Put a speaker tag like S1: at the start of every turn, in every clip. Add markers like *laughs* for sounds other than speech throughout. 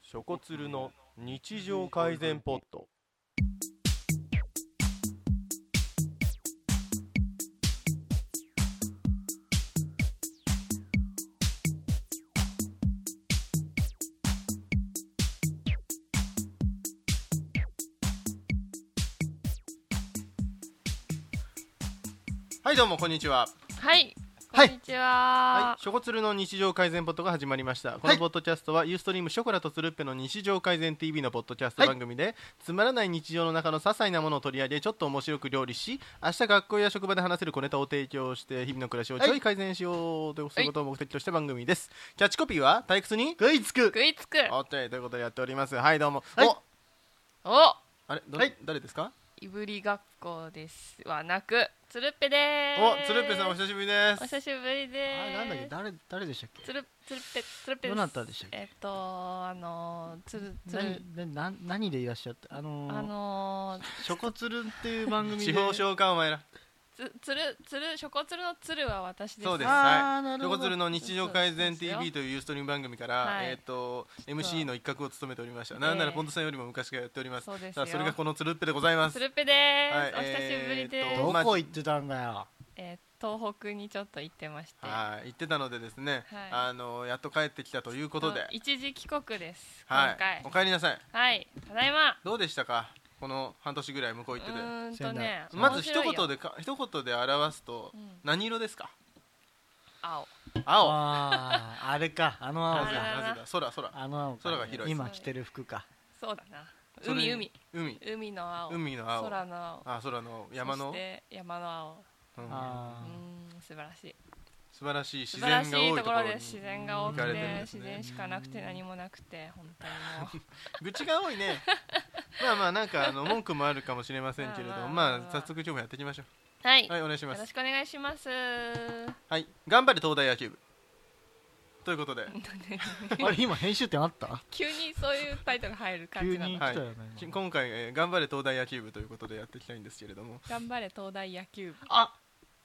S1: ショコツルの日常改善ポットはいどうもこんにちは
S2: はい。こ
S1: は
S2: ん
S1: い
S2: にちは
S1: はい、。ショコツルの日常改善ポットが始まりました。このポッドキャストは、ユーストリームショコラとツルッペの日常改善 TV のポッドキャスト番組で、つまらない日常の中の些細なものを取り上げ、ちょっと面白く料理し、明日学校や職場で話せる小ネタを提供して、日々の暮らしをちょ
S3: はい
S1: い改善しようというそういうことを目的とした番組です。キャッチコピーは退屈に食いつく
S2: 食いつく。
S1: おっということでやっております。はい、どうも。
S3: はい
S1: お
S2: お、
S1: あれ、ど
S3: はい
S1: 誰ですか
S2: いぶり学校ですはなく、つるっぺでーす。
S1: お、ツルッペさんお久しぶりです。
S2: お久しぶりで
S3: あれ
S2: ーす。
S3: なんだっけ誰誰でしたっけ
S2: つるつるっぺつるっぺです。
S3: どなたでしたっけ
S2: えっとあのーつるつる
S3: 何何何何でいらっしゃってあのー
S2: あの
S3: ショコツルっていう番組で
S1: 地方召喚お前ら。
S2: ーつつるつる諸子つるのつるは私です。
S1: そうです。
S3: あー
S1: は。
S3: ないる
S1: ロ
S3: ほど
S1: コツルの日常改善
S2: そうそうです
S1: TV
S2: よ
S1: というユーストリーム番組から、
S2: はい
S1: えっ、と MC の一角を務めておりました。なんならポンドさんよりも昔からやっております。
S2: そうです
S1: さ
S2: よ
S1: あそれがこのつるっぺでございます
S2: つ。るっぺでーす。
S1: はい
S2: お久しぶりで
S1: えー
S2: ー
S1: と
S2: す。
S3: どこ行ってたんだよ
S2: えー東北にちょっと行ってまして。
S1: はい、言ってたのでですね、
S2: はい
S1: あのやっと帰ってきたということで、
S2: と一時帰国です。
S1: は
S2: 今回
S1: い、お。帰りなさい。
S2: はい。ただいま。
S1: どうでしたか、この半年ぐらい向こう行って
S2: う
S1: て。
S2: ーんとね
S1: まず一
S2: 面白
S1: 言
S2: いよ
S1: でか一言で表すと、
S2: うん
S1: 何色ですか。
S2: 青
S1: 青。
S3: あーあれかあの青
S1: な
S2: あ
S1: ぜ
S2: れ
S1: だ
S2: だな
S3: か
S1: なぜだ空空。
S3: あの青か
S1: 空が広い
S3: 今着てる服か
S2: そうだな
S1: それ
S2: 海海
S1: 海。
S2: 海の青
S1: 海の青。
S2: 空の青
S1: あ空の山の
S2: そして山の青
S1: うん
S2: う
S3: あ
S2: ー
S3: ー
S2: ん素晴らしい
S1: 素晴らしい自
S2: 素
S1: 然
S2: 晴
S1: が多
S2: らし
S1: い
S2: い
S1: と
S2: と
S1: こ
S2: こ
S1: ろ
S2: ろ
S1: に
S2: で自然が多
S1: 行
S2: くて
S1: かれてるんですね
S2: 自然しかなくて何もなくて本当にもう
S1: 愚痴が多い
S2: *laughs*
S1: ねまあまあなんかあの文句もあるかもしれませんけれど
S2: まあまあまあ
S1: まあ早速今日もやっていきましょ
S2: はい、
S1: うはいお願いし
S2: よ
S1: ます
S2: ろしくお願いします
S1: はい頑張れ東大野球部ということで
S3: あれ今編集点あった
S2: 急にそういうタイトル入る感
S3: 急
S2: じな
S3: に
S2: の
S3: 来たよね
S1: き今回、えー頑張れ東大野球部ということでやっていきたいんですけれども
S2: 頑張れ東大野球部
S1: あ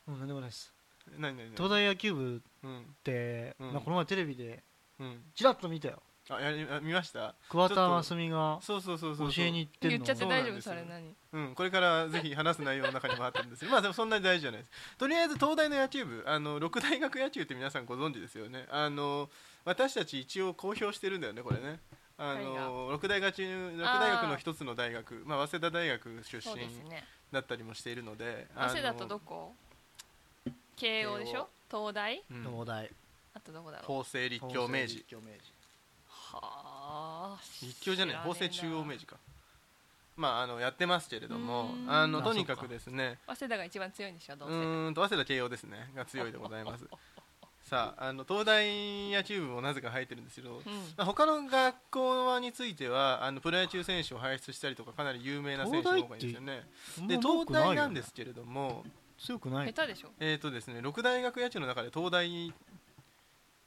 S3: 今もう何でもないです
S1: 何何何
S3: 東大野球部っ
S1: うん
S3: て
S1: うん
S3: なんかこの前テレビで
S1: うん
S3: ちらっと見たよ
S1: あやりあ見ました
S3: 桑田真澄が
S1: そうそうそうそ
S3: 教
S1: う
S3: えに行って
S2: 言
S3: る
S2: っ
S3: の
S2: ちゃって大丈夫
S1: そ
S2: そう
S1: な
S2: れ
S1: んです
S2: 何
S1: うん、これからぜひ話す内容の中にもあったんですけど、まあ、でもそんなに大事じゃないです。とりあえず東大の野球部、あの六大学野球って皆さんご存知ですよね。あの私たち一応公表してるんだよね、これね。あの六大学中六大学の一つの大学、まあ、早稲田大学出
S2: そう
S1: 身
S2: ですね
S1: だったりもしているので、あの
S2: 早稲田とどこ慶応でしょ東大
S1: う
S3: 東
S1: ん、
S3: 大
S2: あとどこだろう
S1: 法政立教明治
S3: 立、教明治
S2: はあ
S1: 立教じゃない、法政中央明治か。まあ、あのやってますけれども
S2: う、ん
S1: あの
S3: あ
S1: とにか
S3: そ
S1: く
S3: っか
S1: ですね。
S2: 早稲田が一番強いんでしょど
S1: う
S2: うせ
S1: ーんと早稲田慶応ですねが強いでございますさああの東大野球部もなぜか入ってるんですけど、
S2: うん
S1: まあ、他の学校についてはあのプロ野球選手を輩出したりとかかなり有名な選手の方がいいんですよねで東大なんですすけれども
S3: 強くない
S2: 下手でしょ
S1: えっ、とですね六大学野球の中で東大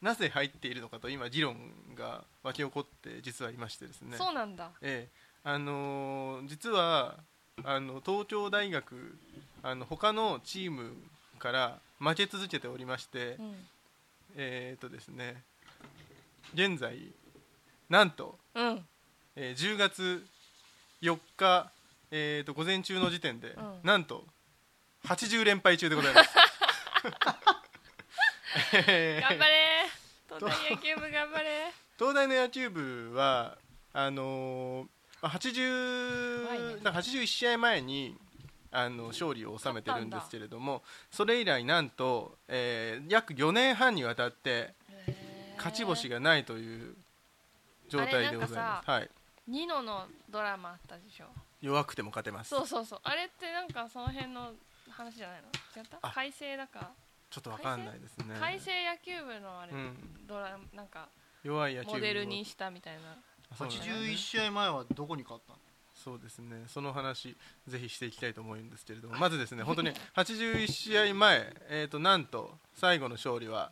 S1: なぜ入っているのかと今議論が沸き起こって実はいましてですね
S2: そうなんだ
S1: ええあのー実はあの東京大学あの他のチームから負け続けておりまして、
S2: うん
S1: えーっとですね現在なんと、
S2: うん
S1: えー10月4日、えーっと午前中の時点で、
S2: ん
S1: なんと80連敗中でございます。えー *laughs*
S2: 頑張れ東大野球部頑張れ
S1: 東大の野球部はあのーまあ
S2: 怖い
S1: 80
S2: ね
S1: なんか81試合前にあの勝利を収めてるんですけれどもそれ以来なんと、えー約4年半にわたって勝ち星
S2: が
S1: がないという状態でございま
S2: あれなんかさ
S1: す、はい、
S2: ニノのドラマあったでしょ
S1: 弱くても勝てますちょ
S2: そうそうそうあれってなんかその辺の話じゃないの違った
S1: あ
S2: 改正だか
S1: っとわかんないですね
S2: 改正野球部のあれ
S1: うん、
S2: ドラなんか
S1: 弱い野球部を
S2: モデルにしたみたいな
S1: そうなんですね
S3: 81試合前はどこに勝ったの
S1: そうですね、その話、ぜひしていきたいと思うんですけれども、まずですね、本当に81試合前、えー、となんと最後の勝利は、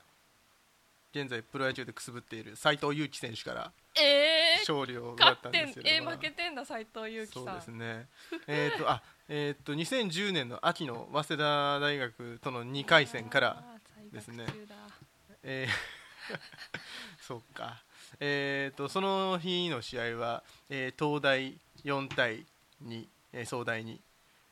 S1: 現在、プロ野球でくすぶっている斎藤佑樹選手から
S2: えー
S1: 勝利を奪
S2: 勝
S1: った
S2: っ
S1: ん
S2: て
S1: で
S2: ん
S1: すけ
S2: え
S1: れど
S2: ー
S1: も、
S2: 負けてんだ斎藤佑樹
S1: そ
S2: さん
S1: うですね、えーとあえー、と2010年の秋の早稲田大学との2回戦から、
S2: あー在学
S1: ですね
S2: 中だ
S1: えー *laughs* そうか、えー、とその日の試合は、えー東大4対2、えー総大に、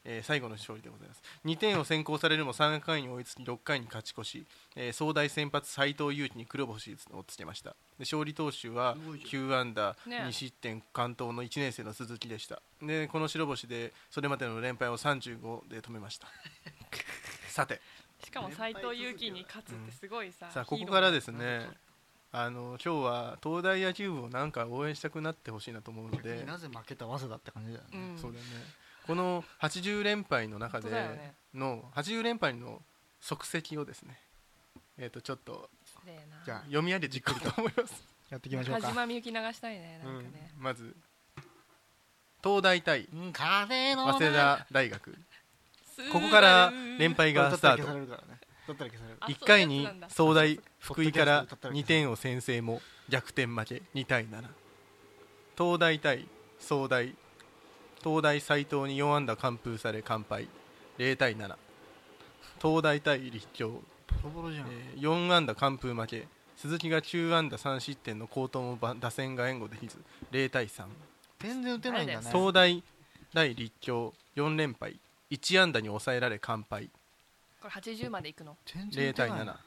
S1: えー最後の勝利でございます2点を先行されるも3回に追いつき6回に勝ち越し、えー総大先発斎藤佑樹に黒星をつけましたで勝利投手は
S3: すごいじゃん
S1: 9アンダ
S2: ね
S1: ー2失点完投の1年生の鈴木でしたでこの白星でそれまでの連敗を35で止めましたさて
S2: しかも斎藤佑樹に勝つってすごいさ、
S1: さあ
S2: ヒ
S1: こ
S2: ーロー
S1: こからですねあの今日は東大野球部をなんか応援したくなってほしいなと思うの
S3: 逆に
S1: で
S3: なぜ負けた早稲田って感じだよね、
S2: うん
S1: そうだよねこの80連敗の中で
S2: 本当だよね
S1: の80連敗の足跡をですねえっ、とちょっと
S2: 綺麗な
S1: じゃあ読み上げてじっくりと思います、
S3: やっていきましょ
S2: 田
S3: うか
S2: 島みゆき流したいね *laughs* なんかね、
S1: まず東大対
S3: うん風の
S1: 早稲田大学
S2: す
S1: ここから連敗
S3: が
S1: が
S3: ス
S1: スタ
S3: ター
S1: ー
S3: ト消さ
S1: ト
S3: れるからね取ったら消される
S2: あ
S1: 1回に
S2: そう
S1: 総
S2: いうやつなん
S1: 大
S2: だ
S1: 福井から2点を先制も逆転負け2対7東大対総大東大斎藤に4安打完封され完敗0対7東大対立教、
S3: ボロボロじ
S1: え
S3: ゃん、
S1: ー4安打完封負け鈴木が9安打3失点の好投もば打線が援護できず0対3
S3: 全然打てないんだね
S2: そう
S1: 東大対立教4連敗1安打に抑えられ完敗
S2: これ80までいくの
S3: 全然
S1: 0
S3: 打て
S1: 対
S3: ない
S1: 7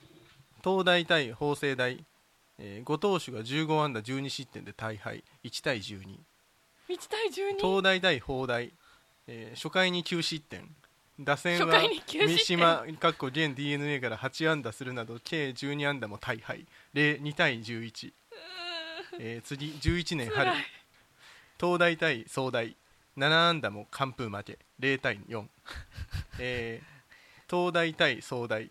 S1: 東大対法政大、えー、5投手が15安打12失点で大敗1対12
S2: 1対12
S1: 東大対法大、えー初回に9失点打線は
S2: 初回に9失点
S1: 三島かっこ現 d n a から8安打するなど計12安打も大敗0 2対11、えー次11年春
S2: 辛い
S1: 東大対総大7安打も完封負け0対4、えー東大対総大、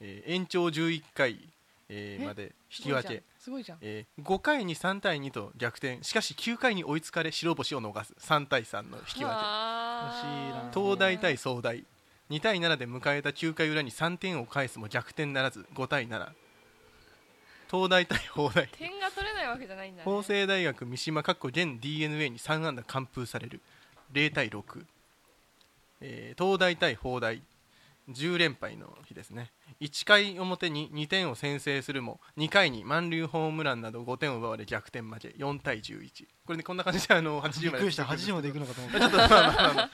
S1: えー延長11回、えー
S2: え
S1: まで引き分け、
S2: すごいじゃんすごい
S1: えー5回に3対2と逆転しかし9回に追いつかれ白星を逃す3対3の引き
S2: じゃん
S1: 分
S2: わ
S1: け
S2: ー
S1: 東大対総大2対7で迎えた9回裏に3点を返すも逆転ならず5対7東大対法大
S2: 点が取れないわけじゃないんだね
S1: 法政大学三島かっこ現 d n a に3安打完封される0対6、えー東大対法大10連敗の日ですね1回表に2点を先制するも2回に満塁ホームランなど5点を奪われ逆転負け4対11これねこんな感じであの
S3: びっ
S1: 80ま
S3: く
S1: で
S3: りした80までいくのかと思っ
S1: ちょ
S3: た
S1: っとまあまあまあまあ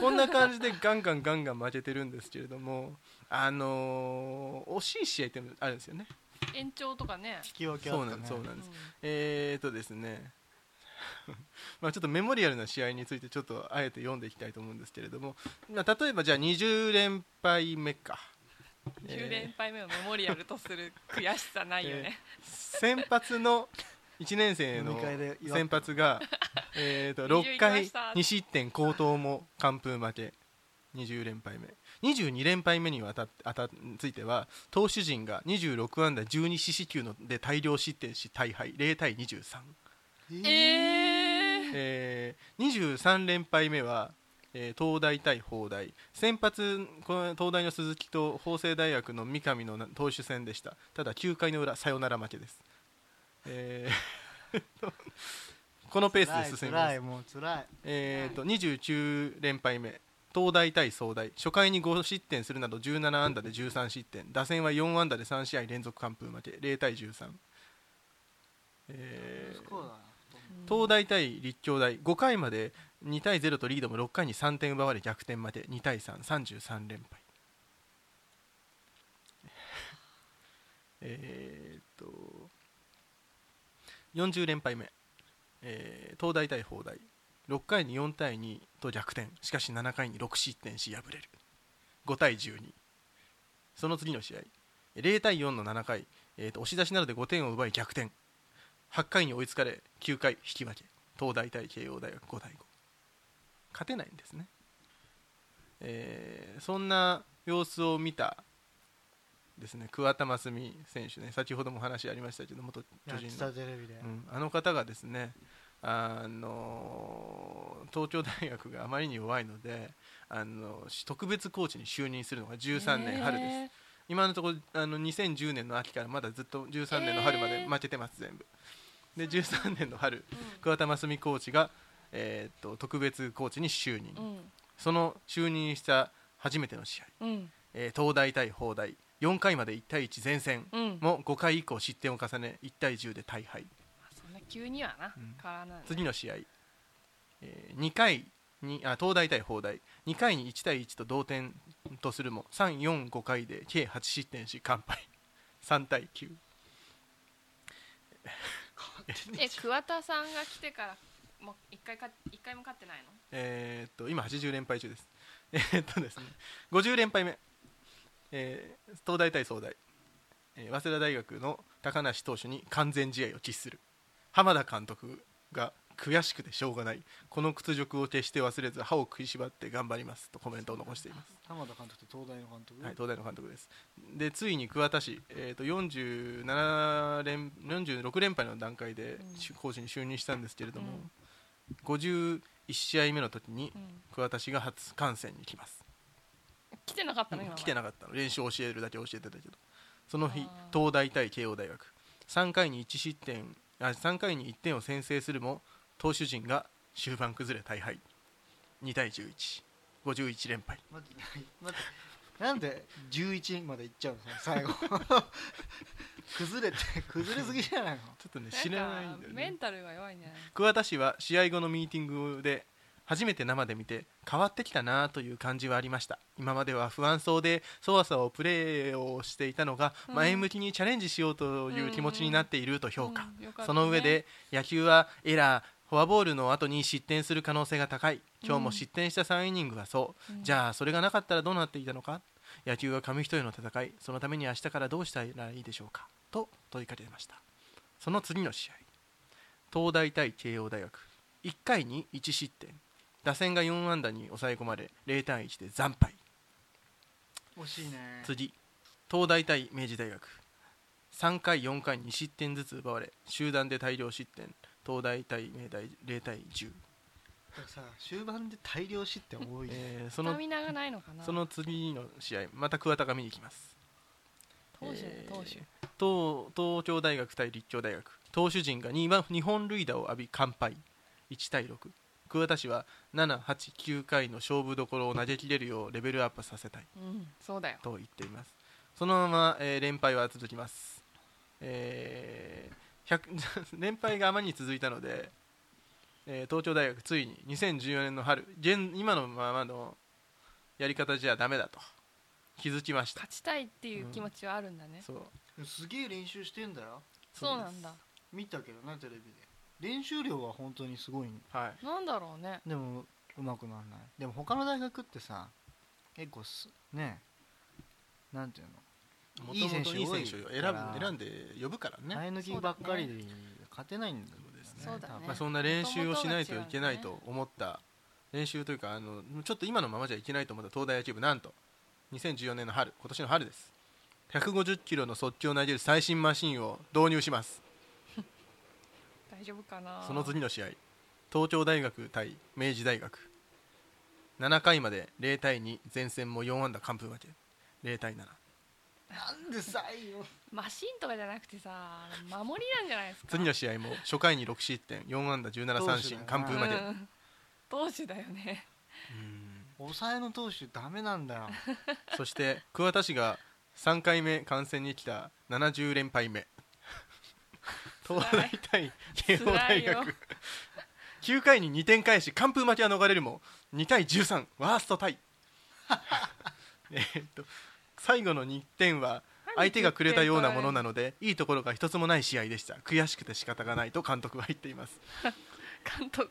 S1: こんな感じでガンガンガンガン負けてるんですけれどもあのー惜しい試合ってのあるんですよね
S2: 延長とかね
S3: 引き分けあ
S1: そう
S3: っ
S1: な
S3: た
S1: ん
S3: ね
S1: ですそうなん
S2: うん
S1: ですえーとですね *laughs* まあちょっとメモリアルな試合についてちょっとあえて読んでいきたいと思うんですけれども、まあ、例えばじゃあ20連敗目か、えー
S2: 9連敗目をメモリアルとする悔しさないよね
S1: 先発の1年生の
S3: 飲み会で祝って
S1: 先発がえーと
S2: 20
S1: 6回
S2: 行きました
S1: 2失点好投も完封負け20連敗目22連敗目にわたっあたついては投手陣が26安打12四死球ので大量失点し大敗0対23
S2: えー
S1: えー、23連敗目は、えー東大対法大先発この東大の鈴木と法政大学の三上のな投手戦でしたただ9回の裏サヨナラ負けです、えー *laughs* このペースで進みま
S3: 辛
S1: す
S3: いもう辛い
S1: えー、と29連敗目東大対総大初回に5失点するなど17安打で13失点打線は4安打で3試合連続完封負け0対13、えー
S3: スコアだな
S1: 東大対立教大5回まで2対0とリードも6回に3点奪われ逆転まで2対333連敗 *laughs* えーっと40連敗目、えー東大対法大6回に4対2と逆転しかし7回に6失点し敗れる5対12その次の試合0対4の7回、えーと押し出しなどで5点を奪い逆転8回に追いつかれ9回引き分け東大対慶応大学5対5勝てないんですね、えーそんな様子を見たですね桑田真澄選手ね先ほども話ありましたけど元
S3: や
S1: 巨
S3: って
S1: 人の
S3: たテレビで、
S1: うん、あの方がですねあの東京大学があまりに弱いのであの特別コーチに就任するのが13年春です、
S2: え
S1: 今のところあの2010年の秋からまだずっと13年の春まで
S2: えー
S1: 負けてます、全部で13年の春
S2: ー
S1: 桑田真澄コーチが、えーっと特別コーチに就任、
S2: うん
S1: その就任した初めての試合、
S2: うんうん
S1: えー東大対法大4回まで1対1前線
S2: うん
S1: も5回以降失点を重ね1対10で大敗
S2: 球にはな、
S1: うん
S2: 変わらないね
S1: 次の試合、えー2回にあ東大対砲台2回に1対1と同点とするも345回で計8失点し完敗3対9
S2: え桑田さんが来てからもう一回か一回も勝ってないの
S1: えーっと今80連敗中です *laughs* えーっとですね50連敗目、えー東大対総大、えー早稲田大学の高梨投手に完全試合を喫する浜田監督が悔しくてしょうがないこの屈辱を決して忘れず歯を食いしばって頑張りますとコメントを残しています
S3: 浜田監督と東大の監督、
S1: はい、東大の監督です。で、ついに桑田氏、えー、と47連46連敗の段階で
S2: うん
S1: しコーチに就任したんですけれども、51試合目の時に
S2: うん
S1: 桑田氏が初観戦に来ます。
S2: 来てなかったの今まで
S1: 来てなかったの、練習を教えるだけ教えてたけど、その日
S2: あ、ー
S1: 東大対慶応大学、3回に1失点あ3回に1点を先制するも、投手陣が終盤崩れ大敗、2対11、51連敗。
S3: 待って待ってなんで11まで行っちゃうの
S1: *laughs*
S3: 最後崩れて崩れすぎじゃないの
S1: ちょっとね、
S2: なんか
S1: 知らないんだよ
S2: メ
S1: ね
S2: ン。タルが弱いんじゃない
S1: 桑田氏は試合後のミーティングで初めて生で見て変わってきたなという感じはありました今までは不安そうでそわそわをプレーをしていたのが
S2: うん
S1: 前向きにチャレンジしようという気持ちになっていると評価、
S2: うんよかったね
S1: その上で野球はエラーフォアボールの後に失点する可能性が高い今日も失点した3イニングはそう、
S2: うん
S1: じゃあそれがなかったらどうなっていたのか野球は紙一重の戦いそのために明日からどうしたらいいでしょうかと問いかけましたその次の試合東大対慶応大学1回に1失点打線が4安打に抑え込まれ0対1で惨敗
S3: 惜しいね
S1: 次東大対明治大学3回4回2失点ずつ奪われ集団で大量失点東大対明大0対10、
S3: だからさ終盤で大量失点多いね
S1: えーそ
S2: ス
S1: の
S2: タミナがないのかな
S1: その次の試合また桑田が見に来ます
S2: 投手だよ
S1: えー
S2: 投手、
S1: 東東京大学対立教大学投手陣が2番日本塁打を浴び完敗1対6桑田氏は789回の勝負どころを投げ切れるようレベルアップさせたい
S2: うんそうだよ
S1: と言っていますそのまま、えー連敗は続きます、えー100 *laughs* 連敗があまりに続いたので、えー東京大学ついに2014年の春現今のままのやり方じゃダメだと気づきました
S2: 勝ちたいっていう気持ちはあるんだね、
S1: そう
S3: すげえ練習してんだよ
S2: そうなんだ
S3: 見たけどなテレビで練習量は本当にすごいね
S1: はい
S2: なんだろうね
S3: でもうまくならないでも他の大学ってさ結構すねなんていう
S1: も
S3: の
S1: ともといい選手を選
S3: から
S1: ぶ選んで呼ぶからね、
S3: 前抜きばっかりで勝てないんだよ
S1: そうですね
S2: そうだね
S1: まあ、そんな練習をしないといけないと思った練習というかあのちょっと今のままじゃいけないと思った東大野球部なんと2014年の春今年の春です150キロの速球を投げる最新マシンを導入します
S2: 大丈夫かな
S1: その次の試合東京大学対明治大学7回まで0対2前線も4安打完封負け0対7
S3: なんでさよ
S2: マシンとかじゃなくてさ守りなんじゃないですか
S1: 次の試合も初回に6失点4安打17三振完封負け、
S2: うん投手だよ
S1: *laughs*
S2: ね
S1: うん
S3: 抑えの投手ダメなんだよ
S1: そして桑田氏が3回目観戦に来た70連敗目東大対慶応大
S2: 辛いよ
S1: 学9回に2点返し完封負けは逃れるも2対13ワーストタイ
S2: *laughs*
S1: えーっと最後の2点は相手がくれたようなものなのでいいところが一つもない試合でした悔しくて仕方がないと監督は言っています
S2: 監督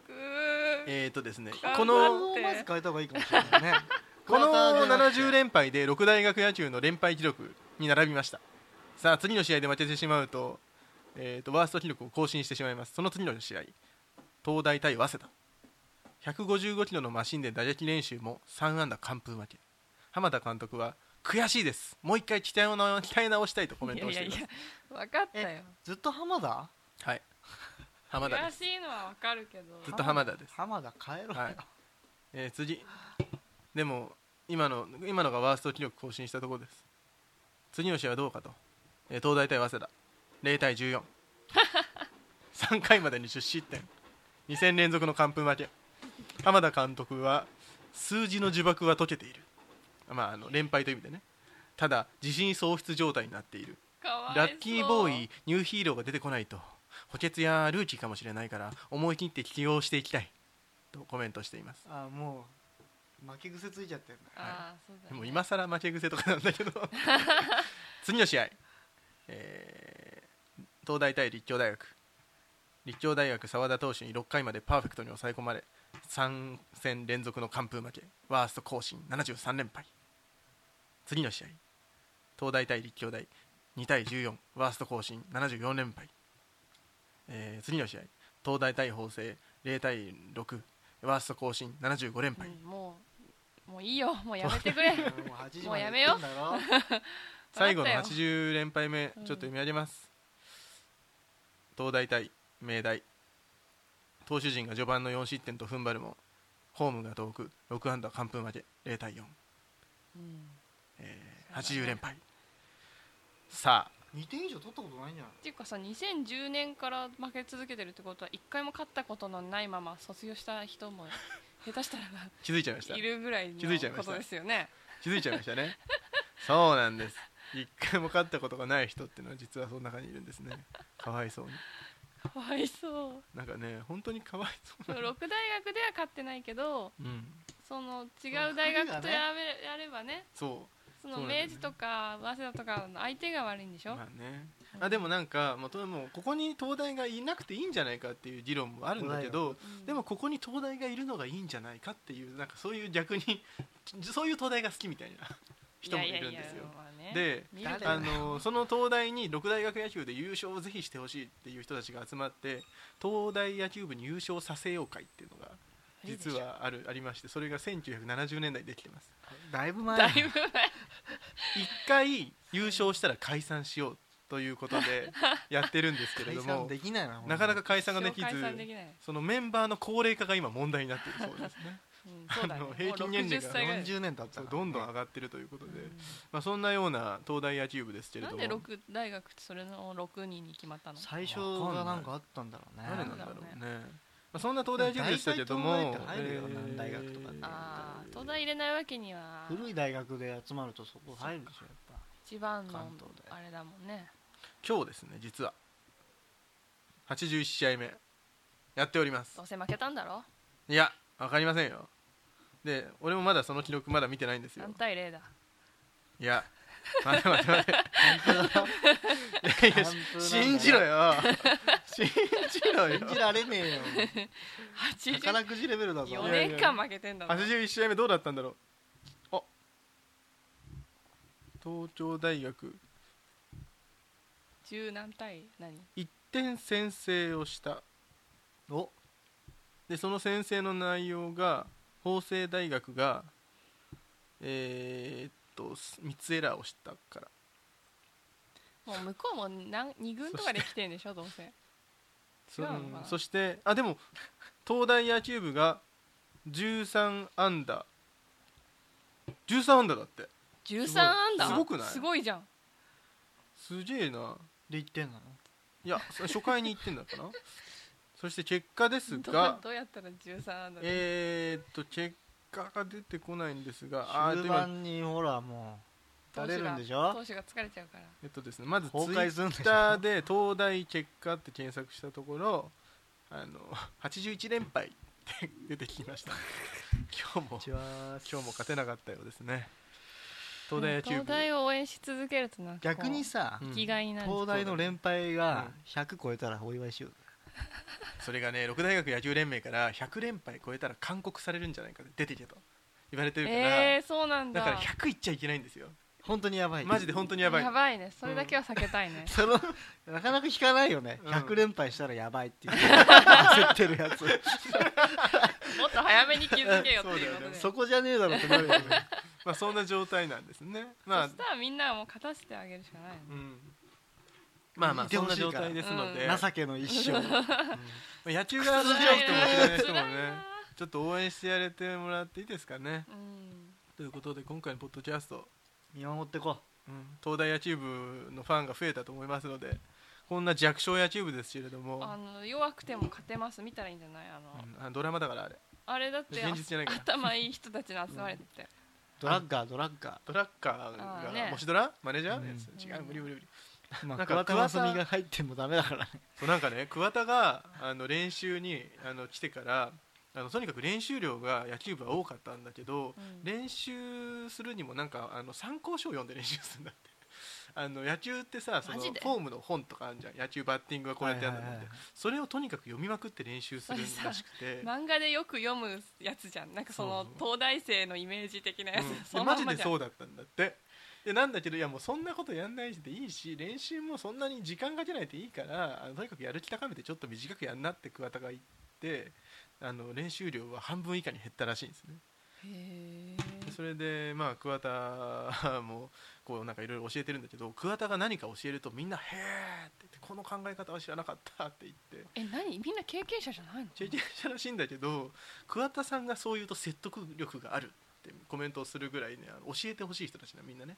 S1: えーっとですね *laughs* こ
S2: 頑張
S1: の
S2: ろう
S3: をまず変えた方がいいかもしれないね
S1: *laughs* この70
S3: 70
S1: 連敗で六大学野球の連敗記録に並びましたさあ次の試合で負けてしまうと,、えー、とワースト記録を更新してしまいますその次の試合東大対早稲田155キロのマシンで打撃練習も3安打完封負け浜田監督は悔しいですもう一回鍛え直鍛え直したいとコメン
S2: い
S1: ト
S2: や
S1: をして
S2: いや
S1: い
S2: い
S1: ます
S2: や分かったよ
S3: ずっと浜田
S1: はい浜田で
S2: 悔
S1: す
S2: しいのは分かるけど
S1: ずっと浜田です
S3: 浜田変えろよ、
S1: はいえー次でも今の今のがワースト記録更新したところです次の試合はどうかと、えー東大対早稲田0対143
S2: *laughs*
S1: 回までに10失点2戦連続の完封負け浜田監督は数字の呪縛は解けているまああの連敗という意味でねただ自信喪失状態になっている
S2: かわいそう
S1: ラッキーボーイニューヒーローが出てこないと補欠やルーキーかもしれないから思い切って起用していきたいとコメントしています
S3: あもう負け癖ついちゃってる
S2: ああそうだ、ね、
S1: もう今更負け癖とかなんだけど次の試合、えー東大対立教大学立教大学澤田投手に6回までパーフェクトに抑え込まれ3戦連続の完封負けワースト更新73連敗次の試合東大対立教大2対14ワースト更新74連敗、えー次の試合東大対法政0対6ワースト更新75連敗、
S2: うんもうもういいよもうやめてくれ
S3: *laughs* なもう8時までやってんだろ
S1: *laughs* 最後の
S2: わかったよ
S1: 80連敗目ちょ
S2: う
S1: っ
S2: ん
S1: と読み上げます、東大対明大投手陣が序盤の4失点と踏ん張るもホームが遠く6安打完封負け0対4、
S2: うん
S1: えー80連敗さあ
S3: 2点以上取ったことないんじゃない
S2: っていうかさ2010年から負け続けてるってことは一回も勝ったことのないまま卒業した人も下手したら
S1: 気づいちゃいました
S2: いるぐらいの
S1: 気づいちゃいま
S2: こ
S1: した
S2: とですよね
S1: 気づいちゃいましたねそうなんです一回も勝ったことがない人っていうのは実はその中にいるんですねかわいそうに
S2: かわいそう
S1: なんかね本当にかわいそう
S2: 六
S1: な
S2: 大学では勝ってないけど
S1: うん
S2: その違う大学とやめやればね
S1: そう
S2: そ
S1: そ
S2: の
S1: うなんだよね
S2: 明治とか早稲田とかの相手が悪いんでしょ、
S1: まあね
S2: うん
S1: あでもなんか、まあ、ともうここに東大がいなくていいんじゃないかっていう議論もあるんだけど
S2: うん
S1: でもここに東大がいるのがいいんじゃないかっていうなんかそういう逆にそういう東大が好きみたいな人もいるんですよ。
S2: まあね
S1: で
S2: 見ると
S1: あのその東大に六大学野球で優勝をぜひしてほしいっていう人たちが集まって東大野球部に優勝させよう会っていうのが
S2: いいでし
S1: 実
S2: ょ
S1: はあるありましてそれが1970年代にできてます
S3: だいぶ前
S2: だいぶ
S1: 1回優勝したら解散しようということ
S2: *laughs*
S1: でやってるんですけれ
S3: 解
S1: ど
S3: 散
S1: も
S3: できないな
S1: なかなか解散
S2: 前
S1: ができず
S2: 解散できない、
S1: そのメンバーの高齢化が今問題になっているそう
S3: *laughs*
S1: ですね
S2: うん、そうだ
S1: あ
S2: ね
S1: の平均年齢が
S2: もう60歳ぐらい
S3: 40年経った
S1: そう
S3: な
S1: どんどん上がってるということで、まあ、そんなような東大野球部ですけれ
S2: な
S1: ど
S2: ん
S1: も
S2: で六大学ってそれの六人に決まったの
S3: 最初がなんかあったんだろうね
S1: 誰なん
S2: ん
S1: だ
S2: だ
S1: ろ
S2: ろ
S1: う
S2: う
S1: ね
S2: ね、
S1: まあ、そんな東大野球部でしたけど
S3: 大
S1: も
S3: 体東大って入るよな大学とかって
S2: ああ東大入れないわけには
S3: 古い大学で集まるとそこ入るでしょやっぱ
S2: 一番の
S3: 関東で
S2: あれだもんね
S1: 今日ですね実は81試合目やっております
S2: どうせ負けたんだろ
S1: いやわかりませんよで俺もまだその記録まだ見てないんですよ
S2: 3対0だ
S1: いや待て待て待ていやいや
S3: 完封なんだよ
S1: *laughs* 信じろよ *laughs* 信じろよ
S3: 信じられねえよ
S2: 84
S3: 宝くじレベルだ *laughs* ぞ
S1: いや
S2: 年間負けてんだもん
S1: 81試合目どうだったんだろうあ東京大学
S2: 十何対何
S1: 1点先制をした
S3: お
S1: でその先制の内容が法政大学がえーっと3つエラーをしたから
S2: もう向こうも何二軍とかで来てんでしょどうせ
S1: そ,、
S2: 違うのかな
S1: うんそしてあでも東大野球部が13アンダー13アンダーだって
S2: 13アンダー
S1: すごくない
S2: すごいじゃん
S1: すげえな
S3: で言ってんの
S1: いやそ初回に行ってんだ
S3: *laughs*
S1: かなそして結果です
S2: ど
S1: が
S2: うどうやったら13アンダーで
S1: えー、っと結果が出てこないんですがあー
S3: 終
S1: でも
S3: 盤にほらもう
S2: 投
S3: 打
S2: 手
S3: れる
S2: が
S3: んでしょ
S2: 投手が疲れちゃうから
S1: えっとですねまずツイ
S3: 崩壊
S1: ッ
S3: するんでし
S1: ター
S3: ょ
S1: で東大結果って検索したところあの81連敗って出てきま
S3: *laughs*
S1: した今日も今日も勝てなかったようですね東大野球
S2: 東
S1: 部
S2: 大を応援し続けるとなんかこう
S3: 逆にさ
S1: うん
S2: 生きがいになる
S3: 東大の連敗
S1: う
S3: が
S1: ん
S3: 100超えたらお祝いしよう
S1: それがね六大学野球連盟から100連敗超えたら勧告されるんじゃないかって出てけと言われてるから、
S2: えー、そうなん
S1: だ
S2: だ
S1: から100いっちゃいけないんですよ
S3: 本当にやばい
S1: マジで本当にやばい
S2: やばいねそれだけは避け
S1: *laughs*
S2: たいね、
S3: そのなかなか引かないよね
S1: うん
S3: 100連敗したらやば
S1: *laughs*
S3: いっていう焦ってるやつ
S2: もっと早めに気づけよっていうことで、
S3: そこじゃねえだろってなるよね
S1: まあそんな状態なんですねま
S2: ま
S1: あ
S2: そしたらみんなはもう勝たせてあげるしかない、ね
S1: うんまあまあ
S3: 見て
S1: そん
S3: ほし
S1: ない
S3: から
S1: 状態ですので、
S2: う
S1: ま
S3: 情けの一生
S1: あ野球が好きな人も知らない人もねちょっと応援してやれてもらっていいですかね
S2: うん
S1: ということで今回のポッドキャスト、
S3: 見守ってこ
S1: 東大野球部のファンが増えたと思いますのでこんな弱小野球部ですけれども
S2: あの弱くても勝てます見たらいいんじゃないあの、
S1: うんあドラマだからあれ
S2: あれだって
S1: 現実じゃないから
S2: 頭いい人たちの集まれてて、
S3: ドラッガードラッガ
S1: ドラッカー
S2: あ
S1: が
S2: ーね
S1: もしドラマネージャー、
S3: うん
S1: いや違う無理無理無理
S3: まあ
S1: なんか
S3: 桑田
S1: 桑
S3: 真
S1: 田
S3: 澄が入ってもダメだからね
S1: そうなんかね桑田があの練習にあの来てからあのとにかく練習量が野球部は多かったんだけど、
S2: うん
S1: 練習するにもなんかあの参考書を読んで練習するんだって *laughs* あの野球ってさその
S2: マ
S1: フ
S2: ジ
S1: ォ
S2: で
S1: ームの本とかあるじゃん野球バッティングはこうやってやるんだって、
S3: はいはいはい
S1: それをとにかく読みまくって練習するらしく
S2: *laughs*
S1: て。
S2: 漫画でよく読むやつじゃんなんかその
S1: そう
S2: 東大生のイメージ的なやつ、
S1: うん
S2: *laughs* そ
S1: で
S2: のま
S1: マ
S2: ん
S1: ジ
S2: ま
S1: で
S2: じゃん
S1: そうだったんだってでなんだけどいやもうそんなことやんないでいいし練習もそんなに時間かけないでいいからあのとにかくやる気高めてちょっと短くやんなって桑田が言ってあの練習量は半分以下に減ったらしいんですね
S2: へ
S1: で
S2: ー
S1: それでまあ桑田もこうなんかいろいろ教えてるんだけど桑田が何か教えるとみんな「へえ」って言って「この考え方は知らなかった」って言って
S2: え何みんな経験者じゃないの
S1: 経験者らしいんだけど桑田さんがそう言うと説得力があるってコメントをするぐらいねあの教えてほしい人たちなみんなね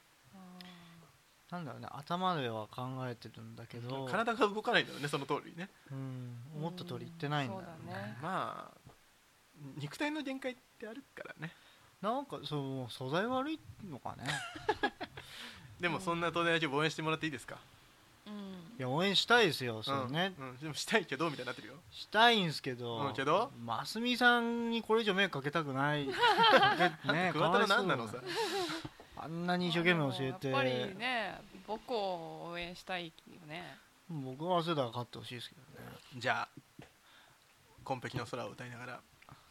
S3: なんだろうね頭では考えてるんだけど、
S1: 体が動かないんだろうねその通りね
S3: うん、思った通りいってないんだろ
S2: う
S3: う
S2: んそうだね
S3: ね
S1: まあ肉体の限界ってあるからね
S3: なんかそうもう素材悪いのかね
S1: でもそんな東大野球部応援してもらっていいですか
S2: うん
S3: いや応援したいですよそうね、
S1: うんうんでもしたいけどみたいになってるよ
S3: したいんすけど、
S1: うんけど
S3: 真澄さんにこれ以上迷惑かけたくない
S1: *laughs*
S3: ねえ
S1: 桑田の何なの
S3: かわ
S1: さ
S3: いそうあんなに一生懸命教えて、
S2: まあでもやっぱりね母校を応援したいよね
S3: 僕は早稲田が勝ってほしいですけどね
S1: じゃあ「紺碧の空」を歌いながら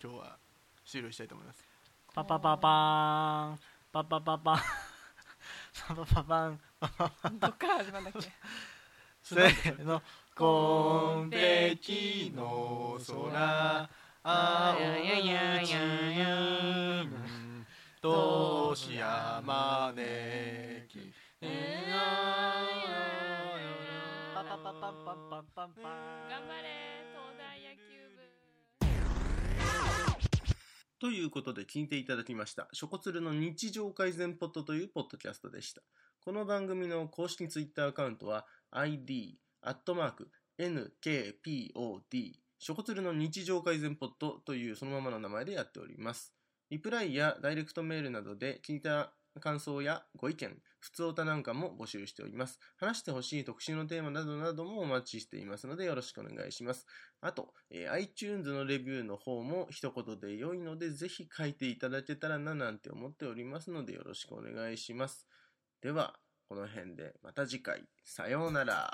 S1: 今日は終了したいと思います
S3: パパパパーンパパパパーン *laughs* パパパパーン
S2: どっから始まるんだっけ
S3: せーの「こんべき
S1: き
S3: の空
S1: あ
S3: あお
S1: や
S3: や
S1: や
S3: ち
S1: や
S3: や
S1: どうしやまねき
S3: パパパパンパンパンパンパン
S2: 頑張れ東大野球部
S1: ということで聞いていただきました「ショコツルの日常改善ポット」というポッドキャストでしたこの番組の公式ツイッターアカウントは ID アットマーク NKPOD ショコツルの日常改善ポットというそのままの名前でやっておりますリプライやダイレクトメールなどで聞いた感想やご意見、普通歌なんかも募集しております。話してほしい特集のテーマなどなどもお待ちしていますのでよろしくお願いします。あと、えー iTunes のレビューの方も一言で良いので、ぜひ書いていただけたらななんて思っておりますので、よろしくお願いします。では、この辺でまた次回、さようなら。